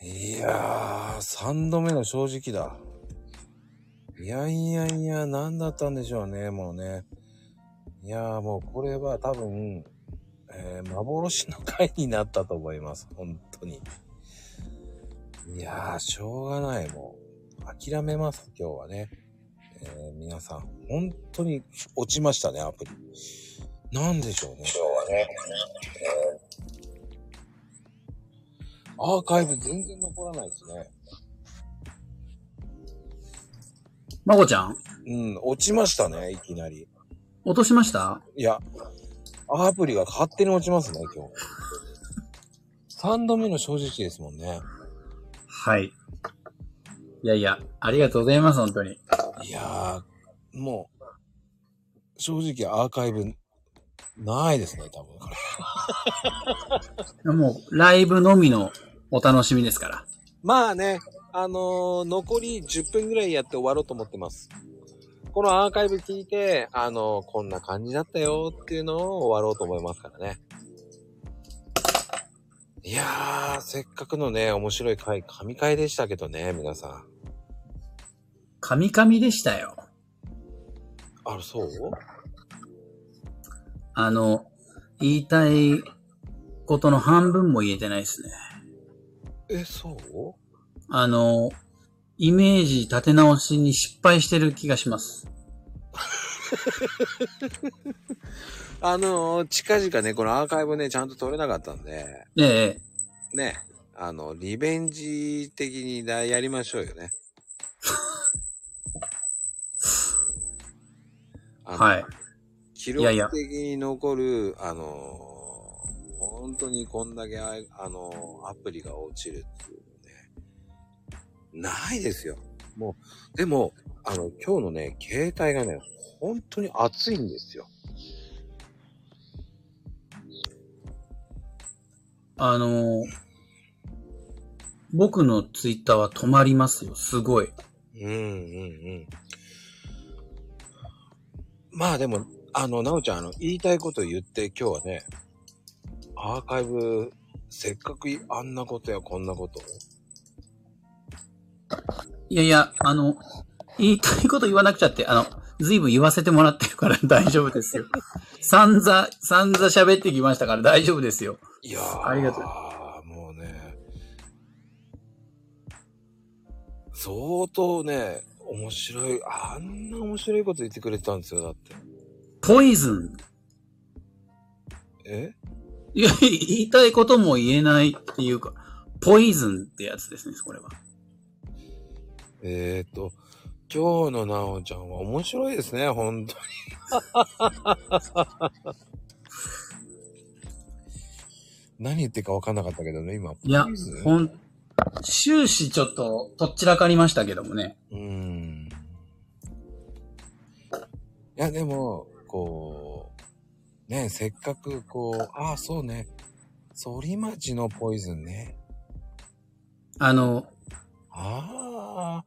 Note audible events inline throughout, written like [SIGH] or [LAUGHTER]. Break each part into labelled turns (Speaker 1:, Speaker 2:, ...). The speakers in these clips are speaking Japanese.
Speaker 1: いやー、3度目の正直だ。いやいやいや、何だったんでしょうね、もうね。いやー、もうこれは多分、えー幻の回になったと思います、本当に。いやー、しょうがない、もう。諦めます、今日はね。えー皆さん、本当に落ちましたね、アプリ。なんでしょうね。
Speaker 2: はね。
Speaker 1: アーカイブ全然残らないですね。
Speaker 3: まこちゃん、
Speaker 1: うん、落ちましたね、いきなり。
Speaker 3: 落としました
Speaker 1: いや、アプリが勝手に落ちますね、今日。3度目の正直ですもんね。
Speaker 3: はい。いやいや、ありがとうございます、本当に。
Speaker 1: いやー、もう、正直アーカイブ、ないですね、多分。これ
Speaker 3: もう、ライブのみのお楽しみですから。
Speaker 1: まあね、あのー残り10分ぐらいやって終わろうと思ってます。このアーカイブ聞いて、あのーこんな感じだったよっていうのを終わろうと思いますからね。いやー、せっかくのね、面白い回、神回でしたけどね、皆さん。
Speaker 3: 神々でしたよ。
Speaker 1: あ、そう
Speaker 3: あの、言いたいことの半分も言えてないですね。
Speaker 1: え、そう
Speaker 3: あの、イメージ立て直しに失敗してる気がします。
Speaker 1: あのー近々ね、このアーカイブね、ちゃんと撮れなかったんで、
Speaker 3: ええ、
Speaker 1: ね、あの、リベンジ的にだやりましょう
Speaker 3: [LAUGHS]
Speaker 1: よね。あの
Speaker 3: はい。
Speaker 1: 記
Speaker 3: いやいや
Speaker 1: 録的に残る、あのー本当にこんだけあ、あのーアプリが落ちるっていうのね、ないですよ。もう、でも、あの、今日のね、携帯がね、本当に熱いんですよ。
Speaker 3: あの、僕のツイッターは止まりますよ、すごい。
Speaker 1: うんうんうん。まあでも、あの、なおちゃん、あの、言いたいこと言って、今日はね、アーカイブ、せっかくいあんなことやこんなことを
Speaker 3: いやいや、あの、言いたいこと言わなくちゃって、あの、ずいぶん言わせてもらってるから [LAUGHS] 大丈夫ですよ。散々、散々喋ってきましたから大丈夫ですよ。
Speaker 1: いやー
Speaker 3: ありがと
Speaker 1: もうね、相当ね、面白い、あんな面白いこと言ってくれてたんですよ、だって。
Speaker 3: ポイズン。
Speaker 1: え
Speaker 3: いや、言いたいことも言えないっていうか、ポイズンってやつですね、これは。
Speaker 1: えーと、今日のなおちゃんは面白いですね、本当に。 [LAUGHS] 何言ってるか分かんなかったけどね、今。
Speaker 3: いや
Speaker 1: ポイズン、
Speaker 3: ほん、終始ちょっと、とっちらかりましたけどもね。
Speaker 1: うーん。いや、でも、こう、ね、せっかく、こう、ああ、そうね、反町のポイズンね。
Speaker 3: あの、
Speaker 1: あ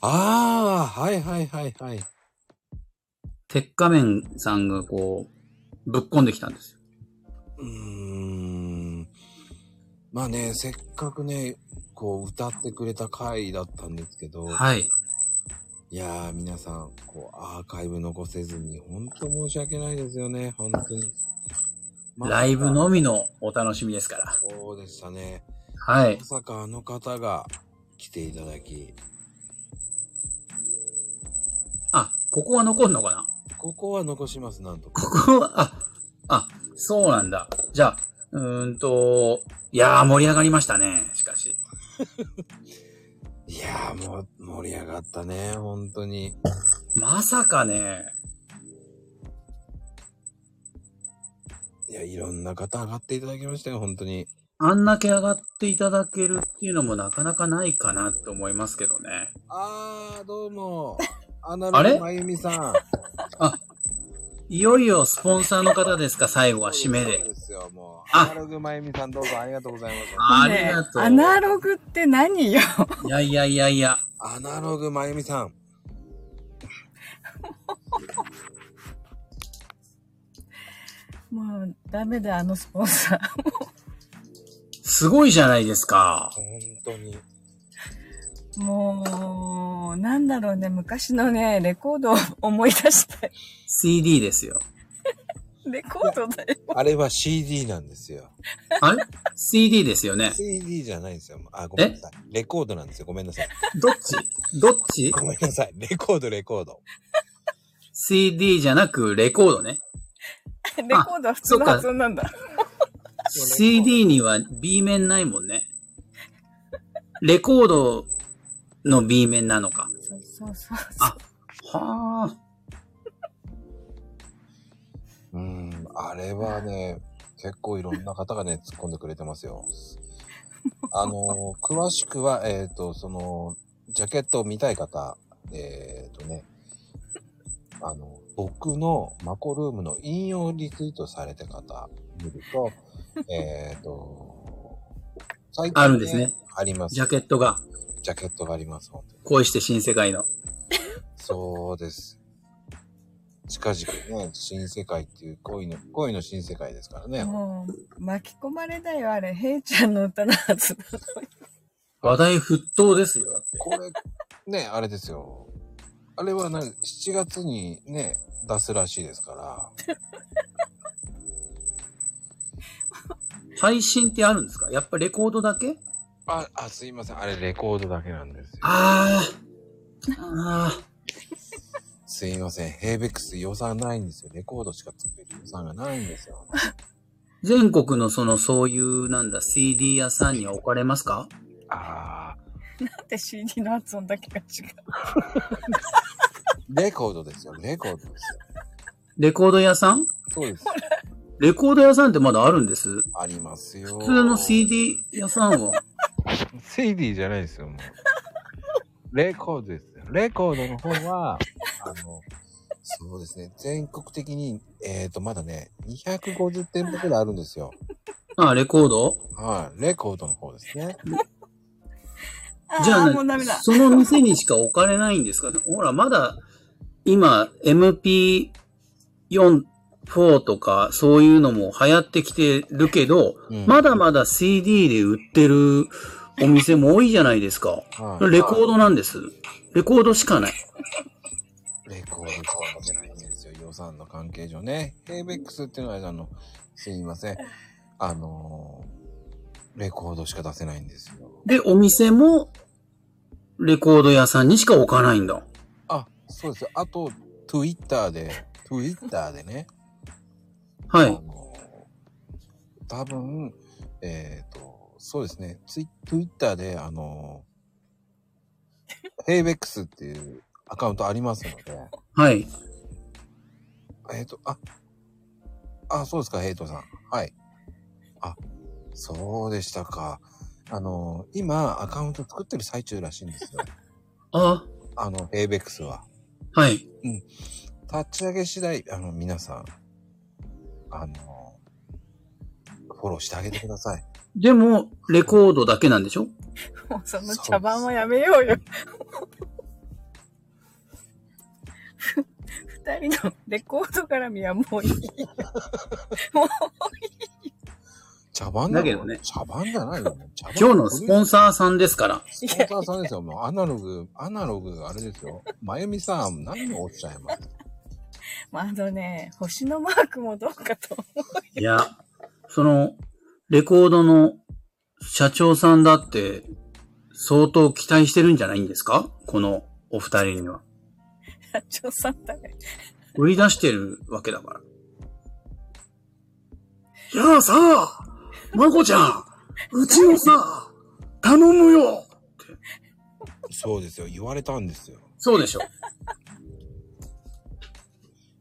Speaker 1: あ、ああ、はいはいはいはい。
Speaker 3: 鉄仮面さんがこう、ぶっこんできたんですよ。
Speaker 1: うーん。まあね、せっかくね、こう、歌ってくれた回だったんですけど、
Speaker 3: はい。
Speaker 1: いやー、皆さん、こう、アーカイブ残せずに、ほんと申し訳ないですよね、本当に。まあ
Speaker 3: ライブのみのお楽しみですから。
Speaker 1: そうでしたね。
Speaker 3: はい
Speaker 1: ま。さかあの方が来ていただき、
Speaker 3: あ、ここは残んのかな
Speaker 1: ここは残します、なんとか。
Speaker 3: ここは、あ、あ、そうなんだ。じゃあ、うーんと、いやー盛り上がりましたね、しかし。
Speaker 1: いやー、もう、盛り上がったね、本当に。
Speaker 3: まさかね、
Speaker 1: いや、いろんな方上がっていただきましたよ、本当に。
Speaker 3: あんだけ上がっていただけるっていうのもなかなかないかなと思いますけどね。
Speaker 1: あー、どう
Speaker 3: [LAUGHS]
Speaker 1: も。アナ
Speaker 3: あれ
Speaker 1: ルまゆみさん。
Speaker 3: いよいよスポンサーの方ですか、最後は締め
Speaker 1: そう
Speaker 3: で。
Speaker 1: ですよ、もう。
Speaker 3: あ
Speaker 1: アナログまゆみさん、どうぞありがとうございま
Speaker 3: ありがとう。
Speaker 4: ねえアナログって何よ。 [LAUGHS]
Speaker 3: いやいやいやいや。
Speaker 1: す。アナログまゆみさん。
Speaker 4: もうダメだ、あのスポンサー。
Speaker 3: すごいじゃないですか。
Speaker 1: 本当に。
Speaker 4: [LAUGHS] もう、なんだろうね、昔のね、レコードを思い出したい。
Speaker 3: CD ですよ。
Speaker 4: [LAUGHS] レコードだよ。
Speaker 1: あれは CD なんですよ。
Speaker 3: あれ ?CD ですよね。
Speaker 1: CD じゃないんですよ。あ、ごめんなさい。レコードなんですよ。ごめんなさい。
Speaker 3: どっちどっち
Speaker 1: ごめんなさい。レコード、レコード。
Speaker 3: ?CD じゃなくレコードね。
Speaker 4: レコードは普通の発音なんだ。
Speaker 3: CD には B 面ないもんね。レコードの B 面なのか。
Speaker 4: そうそうそう
Speaker 3: あはあ。
Speaker 1: うーん、あれはね、結構いろんな方がね、突っ込んでくれてますよ。あの、詳しくは、えっ、と、その、ジャケットを見たい方、えっ、とね、あの、僕のマコルームの引用リツイートされた方見ると、えっ、と、最
Speaker 3: あるんですね。
Speaker 1: あります。
Speaker 3: ジャケットが
Speaker 1: ジャケットがあります、本当に。
Speaker 3: 恋して新世界の。
Speaker 1: そうです。近々ね、新世界っていう恋の、恋の新世界ですからね。
Speaker 4: もう、巻き込まれだよ、あれ。ヘイちゃんの歌のはずだ。
Speaker 3: 話題沸騰ですよ。だって
Speaker 1: これ、ね、あれですよ。あれはな、7月にね、出すらしいですから。
Speaker 3: 配信ってあるんですかやっぱレコードだけ
Speaker 1: あ、あ、すいません。あれ、レコードだけなんですよ。
Speaker 3: ああ。ああ。
Speaker 1: すいません。ヘイベックス予算ないんですよ。レコードしか作れる予算がないんですよ。
Speaker 3: 全国のその、そういう、なんだ、CD 屋さんには置かれますか
Speaker 1: あ
Speaker 4: なんで CD の発音だけが違う。
Speaker 1: ー、レコードですよ。レコードですよ。
Speaker 3: レコード屋さん
Speaker 1: そうです。
Speaker 3: レコード屋さんってまだあるんです
Speaker 1: ありますよ。
Speaker 3: 普通の CD 屋さんは。
Speaker 1: CD じゃないですよ、も [LAUGHS] う。レコードですよ。レコードの方は、あの、そうですね、全国的に、えっ、と、まだね、250店舗くらいあるんですよ。
Speaker 3: ああ、レコード
Speaker 1: はい、レコードの方ですね。
Speaker 4: あ
Speaker 3: じゃ
Speaker 4: あ
Speaker 3: あ、
Speaker 4: ー、もうダメだ。
Speaker 3: その店にしか置かれないんですかほら、まだ、今、MP4、4とか、そういうのも流行ってきてるけど、
Speaker 1: うん
Speaker 3: まだまだ CD で売ってるお店も多いじゃないですか。
Speaker 1: はい、
Speaker 3: レコードなんです。レコードしかない。
Speaker 1: レコードしか持てないんですよ、予算の関係上ね。ヘイベックスっていうのは、あの、すいません。あのーレコードしか出せないんですよ。
Speaker 3: で、お店も、レコード屋さんにしか置かないんだ。
Speaker 1: あ、そうですよ。あと、Twitter で、Twitter でね、
Speaker 3: は
Speaker 1: あ
Speaker 3: い。
Speaker 1: の多分、えっ、と、そうですね、ツイツイッターで、あ
Speaker 3: [LAUGHS]
Speaker 1: の、ヘイベックスっていうアカウントありますので、
Speaker 3: はい。
Speaker 1: えっ、と、あ、あ、そうですか、ヘイトさん。はい。あ、そうでしたか。あの、今、アカウント作ってる最中らしいんですよ。
Speaker 3: [LAUGHS] あ、
Speaker 1: あの、ヘイベックスは。
Speaker 3: はい。
Speaker 1: 立ち上げ次第、あの、皆さん、あの、フォローしてあげてください。
Speaker 3: でも、レコードだけなんでしょ
Speaker 4: もうその茶番はやめようよ。二人のレコード絡みはもういい。もう
Speaker 1: 茶番だ
Speaker 3: だけどね
Speaker 1: 茶番じゃない
Speaker 3: [LAUGHS]
Speaker 1: よ。
Speaker 3: 今日のスポ
Speaker 1: ン
Speaker 3: ンサーさんですから。
Speaker 1: スポンサーさんですよ。もうアナログ、アナログがあれですよ。まゆみさん、何をおっしゃいます
Speaker 4: まあ、あのね、星のマークもどうかと。
Speaker 3: いや、その、レコードの社長さんだって、相当期待してるんじゃないんですかこのお二人には。
Speaker 4: 社長さんだね。
Speaker 3: 売り出してるわけだから。いやあさあ、まこちゃん、うちのさ、頼むよ
Speaker 1: そうですよ。言われたんですよ。
Speaker 3: そうでしょ。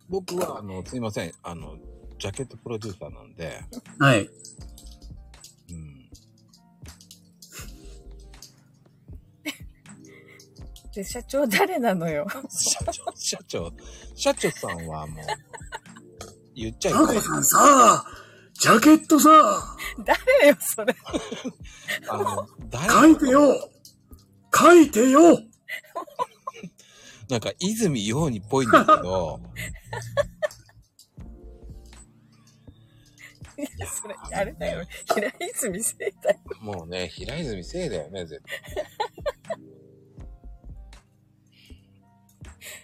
Speaker 1: 僕は、あの、すいません。あの、ジャケットプロデューサーなんで、
Speaker 3: はい。
Speaker 1: うん。
Speaker 4: で、社長誰なのよ。
Speaker 1: 社長、社長、社長さんはもう、言っちゃい
Speaker 3: ま
Speaker 1: け
Speaker 3: こ
Speaker 1: ない。
Speaker 3: さんさ、ジャケットさ、
Speaker 4: 誰よ、そ [LAUGHS] れ。
Speaker 1: あの、
Speaker 3: 書
Speaker 1: 誰
Speaker 3: いてよ書いてよ
Speaker 1: なんか、泉洋にっぽいんだけど、
Speaker 4: それ、あれだよ。平泉聖だよ。
Speaker 1: もうね、平泉せいだよね、絶対。
Speaker 4: [LAUGHS]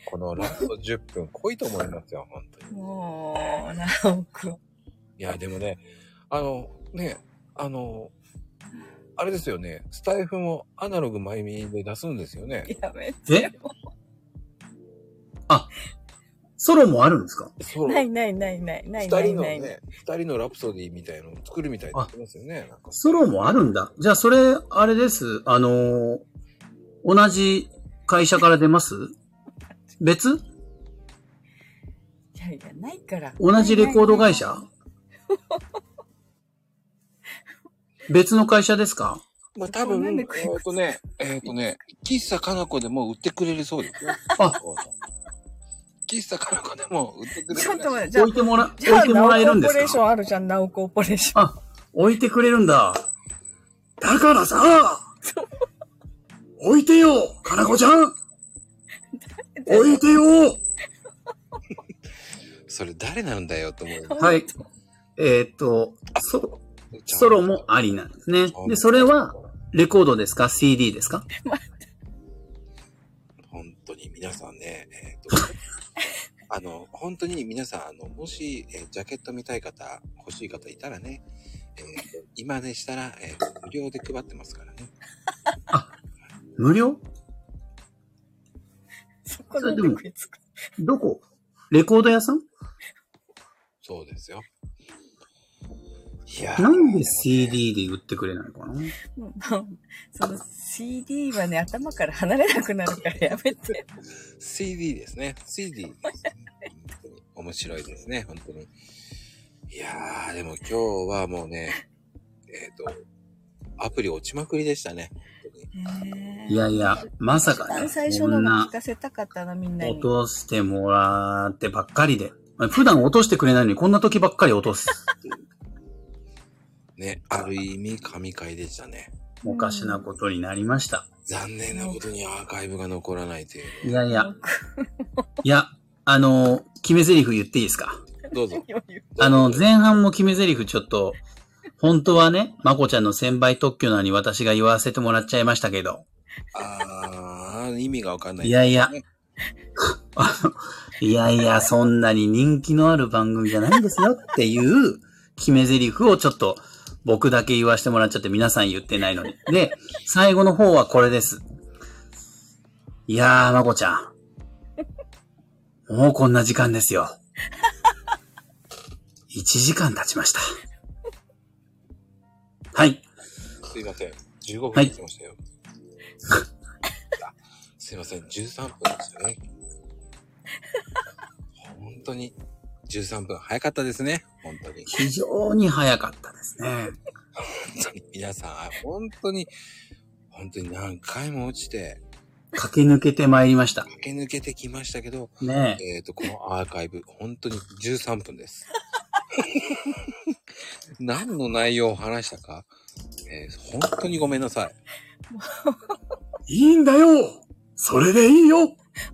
Speaker 1: このラスト10分、濃いと思いますよ、本当に。
Speaker 4: もう、なおくん。
Speaker 1: いや、でもね、あの、ね、あの、あれですよね、スタイフもアナログ前見で出すんですよね。
Speaker 4: やめて。
Speaker 3: えあ、ソロもあるんですか
Speaker 1: そう。
Speaker 4: ない
Speaker 1: 二
Speaker 4: ないないないないな
Speaker 1: 人
Speaker 4: い
Speaker 1: の
Speaker 4: ない。
Speaker 1: ね、二人のラプソディみたいのを作るみたいになってますよね。なんか
Speaker 3: ソロもあるんだ。じゃあ、それ、あれです。あのー同じ会社から出ます別
Speaker 4: いやいや、ないから。
Speaker 3: 同じレコード会社別の会社ですか
Speaker 1: まあ多
Speaker 4: そうな
Speaker 1: 分、え
Speaker 4: んで
Speaker 1: っ、とね、えっ、とね、喫茶かなこでも売ってくれるそうです
Speaker 4: [LAUGHS]
Speaker 1: よ。
Speaker 3: あ
Speaker 1: 喫茶かなこでも売ってくれる。
Speaker 4: ちょっと待って、じゃあ
Speaker 3: 置い、てもら、
Speaker 4: じゃあ、
Speaker 3: 置いてもらえる
Speaker 4: ナオ
Speaker 3: んで
Speaker 4: コーポレー
Speaker 3: す
Speaker 4: ショ
Speaker 3: か
Speaker 4: ンあるじゃん、ナオコーポレーション。
Speaker 3: あ、置いてくれるんだ。だからさ、置いてよ、かなこちゃん置いてよ
Speaker 1: それ誰なんだよと思うよ。
Speaker 3: はい。えーっと、ソソロもありなんですね。で、それは、レコードですか ?CD ですか
Speaker 1: 本当に皆さんね、えっ、と、
Speaker 4: [LAUGHS]
Speaker 1: あの、本当に皆さん、あの、もし、えージャケット見たい方、欲しい方いたらね、えーと今でしたら、えー無料で配ってますからね。
Speaker 3: 無料
Speaker 4: そこなんで食いつく。
Speaker 3: どこレコード屋さん
Speaker 1: そうですよ。いやー
Speaker 3: なんで CD で売ってくれないのかな
Speaker 4: もうその CD はね、頭から離れなくなるからやめて。
Speaker 1: CD ですね。CD です、本当に面白いですね、本当に。いやー、でも今日はもうね、えっ、と、アプリ落ちまくりでしたね。本当に
Speaker 3: いやいや、まさかね、
Speaker 4: 最初
Speaker 3: こ
Speaker 4: の
Speaker 3: ん
Speaker 4: の
Speaker 3: な
Speaker 4: 聞かせたかったな、みんなに
Speaker 3: 落。としてもらってばっかりで。普段落としてくれないのにこんな時ばっかり落と
Speaker 4: [LAUGHS]
Speaker 3: す。
Speaker 1: ね、ある意味神回でしたね。
Speaker 3: おかしなことになりました。
Speaker 1: 残念なことにアーカイブが残らないという。
Speaker 3: いやいや、いや、あの、決め台詞言っていいですか
Speaker 1: どうぞ。
Speaker 4: 余裕
Speaker 3: [LAUGHS] あの、前半も決め台詞ちょっと、本当はね、まこちゃんの先輩特許なのに私が言わせてもらっちゃいましたけど。
Speaker 1: あー、意味がわかんない。
Speaker 3: いやいや。あの [LAUGHS] いやいや、そんなに人気のある番組じゃないんですよっていう決め台詞をちょっと僕だけ言わせてもらっちゃって皆さん言ってないのに。で、最後の方はこれです。いやー、まこちゃん。もうこんな時間ですよ。1時間経ちました。はい。
Speaker 1: すいません。15分
Speaker 3: はい
Speaker 1: 経ちましたよ。 [LAUGHS] あすいません。13分でしたね。本当に。13分早かったですね。本当に。
Speaker 3: 非常に早かったですね。
Speaker 1: 本当に皆さん、あ本当に、本当に何回も落ちて、
Speaker 3: 駆け抜けてまいりました。
Speaker 1: 駆け抜けてきましたけど、
Speaker 3: ねえ。
Speaker 1: えっ、と、このアーカイブ、本当に13分です。 [LAUGHS] 何の内容を話したか、えー本当にごめんなさい。
Speaker 3: いいんだよそれでいいよ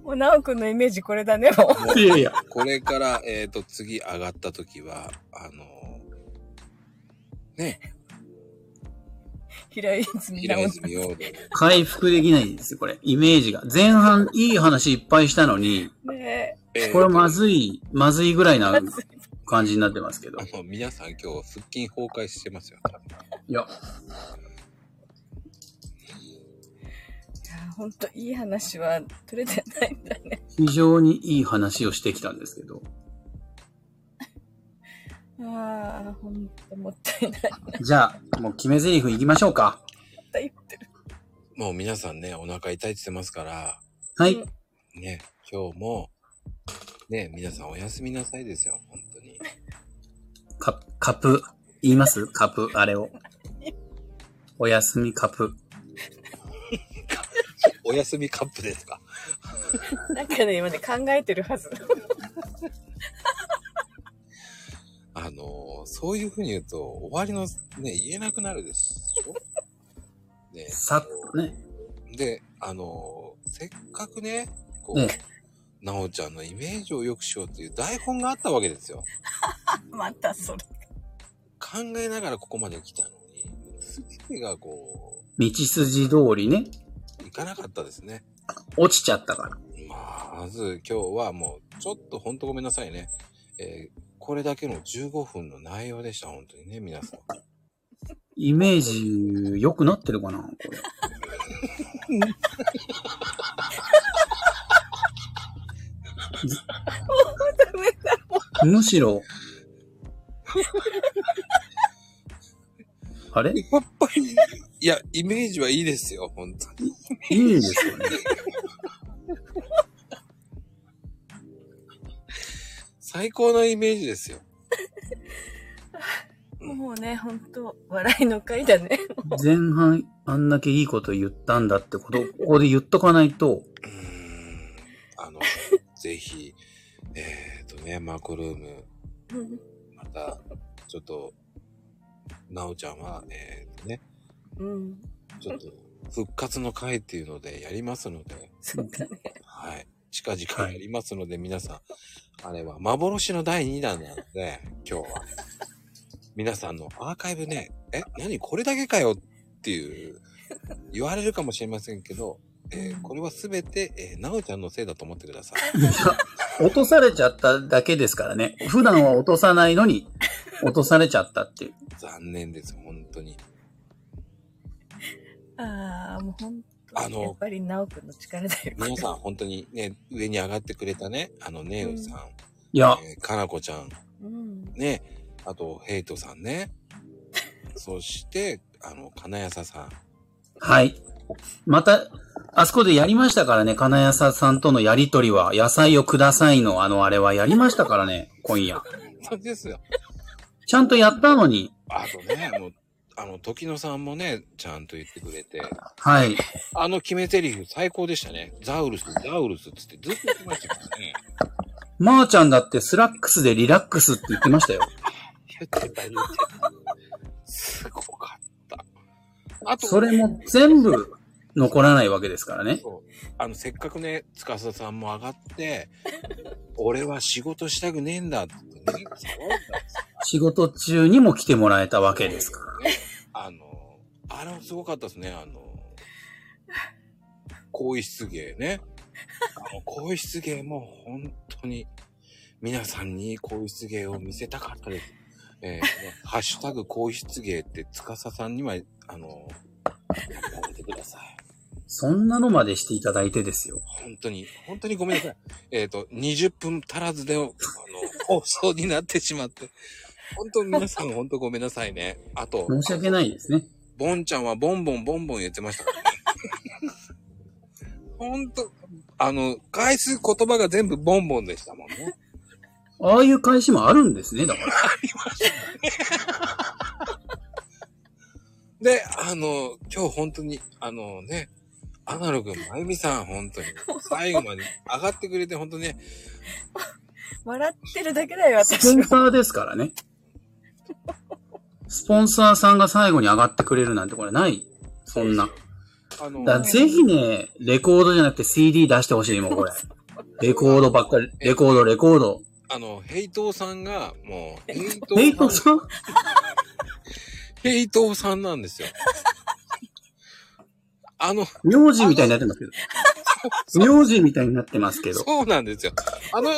Speaker 4: もう、ナオくんのイメージこれだね、もう。
Speaker 3: いやいや。
Speaker 1: これから、えっ、と、次上がった時は、あのーね、
Speaker 4: [LAUGHS] 平泉
Speaker 1: 平
Speaker 4: 直
Speaker 1: 泉洋で、
Speaker 3: 回復できないんですよ、これ。イメージが。前半いい話いっぱいしたのに、
Speaker 4: ね
Speaker 1: えー
Speaker 3: これまずい、まずいぐらいな感じになってますけど。
Speaker 1: あの、皆さん今日、腹筋崩壊してますよ。
Speaker 3: いや、
Speaker 4: いやほんといい話は取れてないんだね。
Speaker 3: 非常にいい話をしてきたんですけど。
Speaker 4: ああ、ほんともったいない。
Speaker 3: じゃあ、もう決め台詞いきましょうか。
Speaker 4: 言ってる。
Speaker 1: もう皆さんね、お腹痛いって言ってますから、
Speaker 3: はい。
Speaker 1: ね、今日も、ね、皆さんおやすみなさいですよ、本当に。
Speaker 3: カカプ、言いますカプ、あれを。おやすみカプ。
Speaker 1: おやすみカップですか
Speaker 4: なんかね、今ね、考えてるはず。
Speaker 1: あのーそういうふうに言うと、終わりの、ね、言えなくなるでしょね
Speaker 3: さっとね。
Speaker 1: で、あのーせっかくね、こ
Speaker 3: うん
Speaker 1: う、なおちゃんのイメージを良くしようっていう台本があったわけですよ。
Speaker 4: またそれ。
Speaker 1: 考考えながらここまで来たのに、全てがこ
Speaker 3: 道筋通りね、
Speaker 1: う、いかなかったですね。
Speaker 3: 落ちちゃったから。
Speaker 1: まず今日はもう、ちょっとほんとごめんなさいね。えーこれだけの15分の内容でした、本当にね、皆さん。
Speaker 3: イメージ良くなってるかなこれ。
Speaker 4: ダメだ。
Speaker 3: むしろ。あれい
Speaker 1: やっぱり、いや、イメージはいいですよ、本当に。
Speaker 3: いんですよね。
Speaker 1: 最高のイメージですよ。
Speaker 4: もうね、ほんと、笑いの回だね。
Speaker 3: 前半あんだけいいこと言ったんだってことをここで言っとかないと、
Speaker 1: うーん。あ [LAUGHS] の、ぜひ、えっ、ー、とね、マコルーム、
Speaker 4: うん
Speaker 1: また、ちょっと、なおちゃんは、えっ、とね、
Speaker 4: うん。
Speaker 1: ちょっと、復活の会っていうのでやりますので、
Speaker 4: そうだね。
Speaker 1: はい。近々やりますので、皆さん、あれは幻の第2弾なので、今日は。皆さんのアーカイブね、え、何これだけかよっていう、言われるかもしれませんけど、えーこれはすべて、えーなおちゃんのせいだと思ってください。
Speaker 3: 落とされちゃっただけですからね。普段は落とさないのに、落とされちゃったっていう。
Speaker 1: 残念です、本当に。
Speaker 4: ああ、もうほんと、
Speaker 1: あの
Speaker 4: やっぱり直くんの力だよ。
Speaker 1: 皆さ [LAUGHS] ん、本当にね、上に上がってくれたね、あの、ねうさん、
Speaker 3: いや、
Speaker 1: えーかなこちゃん、
Speaker 4: うん。
Speaker 1: ね、あと、ヘイトさんね。そして、あの、金谷ささん。
Speaker 3: はい。また、あそこでやりましたからね、金谷さんとのやりとりは、野菜をくださいのあのあれはやりましたからね、今夜。
Speaker 1: そうですよ。
Speaker 3: ちゃんとやったのに、
Speaker 1: あとね、もう、あの、時野さんもね、ちゃんと言ってくれて、
Speaker 3: はい。
Speaker 1: あの決め台詞最高でしたね。ザウルス、ザウルスっつってずっと言ってましたから [LAUGHS] ね。
Speaker 3: まー、ちゃんだってスラックスでリラックスって言ってましたよ。
Speaker 1: 言ってた、言ってた。すごかった。あと、
Speaker 3: それも全部残らないわけですからね。
Speaker 1: そうあの、せっかくね、司さんも上がって、 [LAUGHS] 俺は仕事したくねえんだってね、騒いだんですよ
Speaker 3: 仕事中にも来てもらえたわけですから。
Speaker 1: あの、あれもすごかったですね、あの、更衣室芸ね。あの、更衣室芸も本当に、皆さんに更衣室芸を見せたかったです。えーねハッシュタグ更衣室芸って、司さんには、あの、やってあげてください。
Speaker 3: そんなのまでしていただいてですよ。
Speaker 1: 本当に、本当にごめんなさい。えっ、と、20分足らずで、あの、放送になってしまって。本当皆さん本当ごめんなさいね。あと、
Speaker 3: 申し訳ないですね。
Speaker 1: ボンちゃんはボンボンボンボン言ってましたからね。 [LAUGHS] ほんと、あの、返す言葉が全部ボンボンでしたもんね。
Speaker 3: ああいう返しもあるんですね、だから。
Speaker 1: で、あの、今日本当に、あのね、アナログまゆみさん、本当に、最後まで上がってくれて、本当ね、
Speaker 4: 笑ってるだけだよ、
Speaker 3: スポ
Speaker 4: 私
Speaker 3: ン。サーですからね。スポンサーさんが最後に上がってくれるなんてこれない。そんな。
Speaker 1: あの、
Speaker 3: だからぜひね、レコードじゃなくて CD 出してほしい、もうこれ。レコードばっかり、レコード、レコード。
Speaker 1: あの、ヘイトーさんが、もう、ヘイト
Speaker 3: えイト
Speaker 1: ーさん、
Speaker 3: さん
Speaker 1: ヘイトーさんなんです
Speaker 3: [LAUGHS]
Speaker 1: よ。あの、
Speaker 3: 名字みたいになってますけど。名字みたいになってますけど。
Speaker 1: そうなんですよ。あの、あ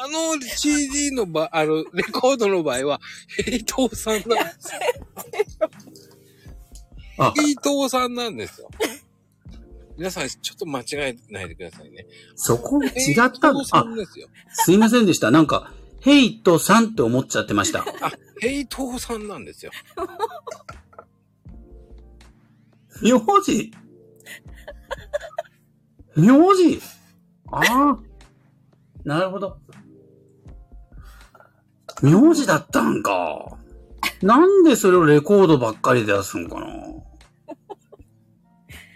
Speaker 1: あの CD の場、あの、レコードの場合は、平等さんなんですよ。
Speaker 3: あ、
Speaker 1: 平等さんなんですよ。皆さん、ちょっと間違えないでくださいね。
Speaker 3: そこ違
Speaker 1: 違
Speaker 3: ったの
Speaker 1: さ
Speaker 3: あ
Speaker 1: ん、ですよ。
Speaker 3: すいませんでした。なんか、ヘイトさんって思っちゃってました。
Speaker 1: あ、平等さんなんですよ。
Speaker 3: 名字名字ああ。なるほど。名字だったんか。なんでそれをレコードばっかりで出すんかな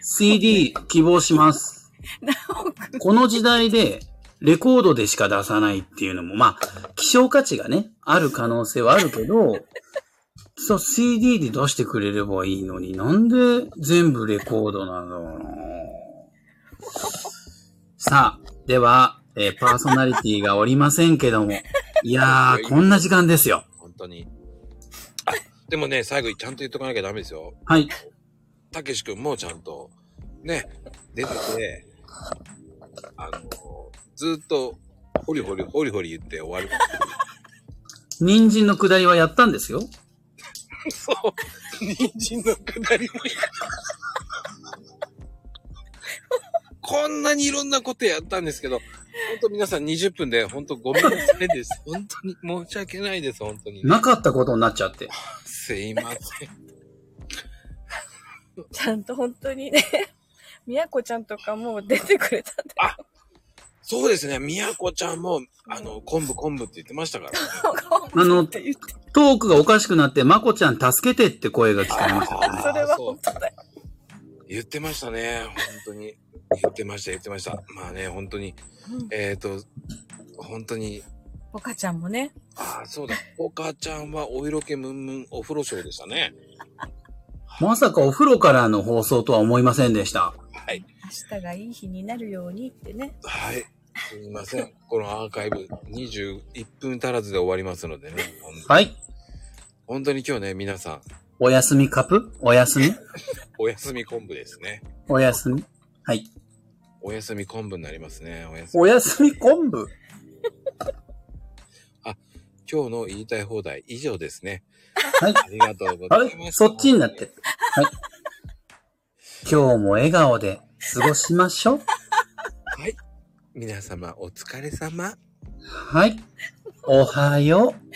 Speaker 3: ?CD 希望します。この時代でレコードでしか出さないっていうのも、まあ、希少価値がね、ある可能性はあるけど、そう、CD で出してくれればいいのに、なんで全部レコードなんだろうなさあ、では、えーパーソナリティがおりませんけども、いやー、こんな時間ですよ。
Speaker 1: 本当に。でもね、最後にちゃんと言っとかなきゃダメですよ。
Speaker 3: はい。
Speaker 1: たけし君もちゃんと、ね、出てて、あの、ずっと、ホリホリ、ホリホリ言って終わる。
Speaker 3: 人参の下りはやったんですよ。
Speaker 1: そう。人参のくだりもやこんなにいろんなことやったんですけど、本当皆さん20分で本当ごめんなさいです。 [LAUGHS] 本当に申し訳ないです、本当に。
Speaker 3: なかったことになっちゃって。
Speaker 1: すいません。
Speaker 4: ちゃんと本当にね、 [LAUGHS] みやこちゃんとかもう出てくれたんだ
Speaker 1: そうですね、みやこちゃんも、あの、昆布昆布って言ってましたから、ね。
Speaker 3: あの
Speaker 4: って言って、
Speaker 3: トークがおかしくなって、まこちゃん助けてって声が聞かれました。
Speaker 1: あ
Speaker 4: それ
Speaker 1: [LAUGHS]
Speaker 4: は
Speaker 1: そう
Speaker 4: 本当だよ。
Speaker 1: 言ってましたね、本当に。言ってました、言ってました。まあね、本当に、
Speaker 4: うん
Speaker 1: えっ、と、本当に、
Speaker 4: ポカちゃんもね、
Speaker 1: ああ、そうだ、ポカちゃんはお色気ムンムンお風呂ショーでしたね。
Speaker 3: まさかお風呂からの放送とは思いませんでした。
Speaker 1: はい。
Speaker 4: 明日がいい日になるようにってね。
Speaker 1: はい。すみません。このアーカイブ21分足らずで終わりますのでね。ほん
Speaker 3: はい。
Speaker 1: 本当に今日ね、皆さん、
Speaker 3: おやすみカップおやすみ
Speaker 1: お休み昆布ですね。
Speaker 3: おやすみはい。
Speaker 1: お休み昆布になりますね。おやすみ。
Speaker 3: おやすみ昆布
Speaker 1: 今日の言いたい放題以上ですね。
Speaker 3: はい。
Speaker 1: ありがとうご
Speaker 3: あ
Speaker 1: [LAUGHS] ざいま
Speaker 3: れ
Speaker 1: す。
Speaker 3: そっちになってる。はい。今日も笑顔で過ごしましょう。
Speaker 1: はい。皆様、お疲れ様。
Speaker 3: はい。おはよう。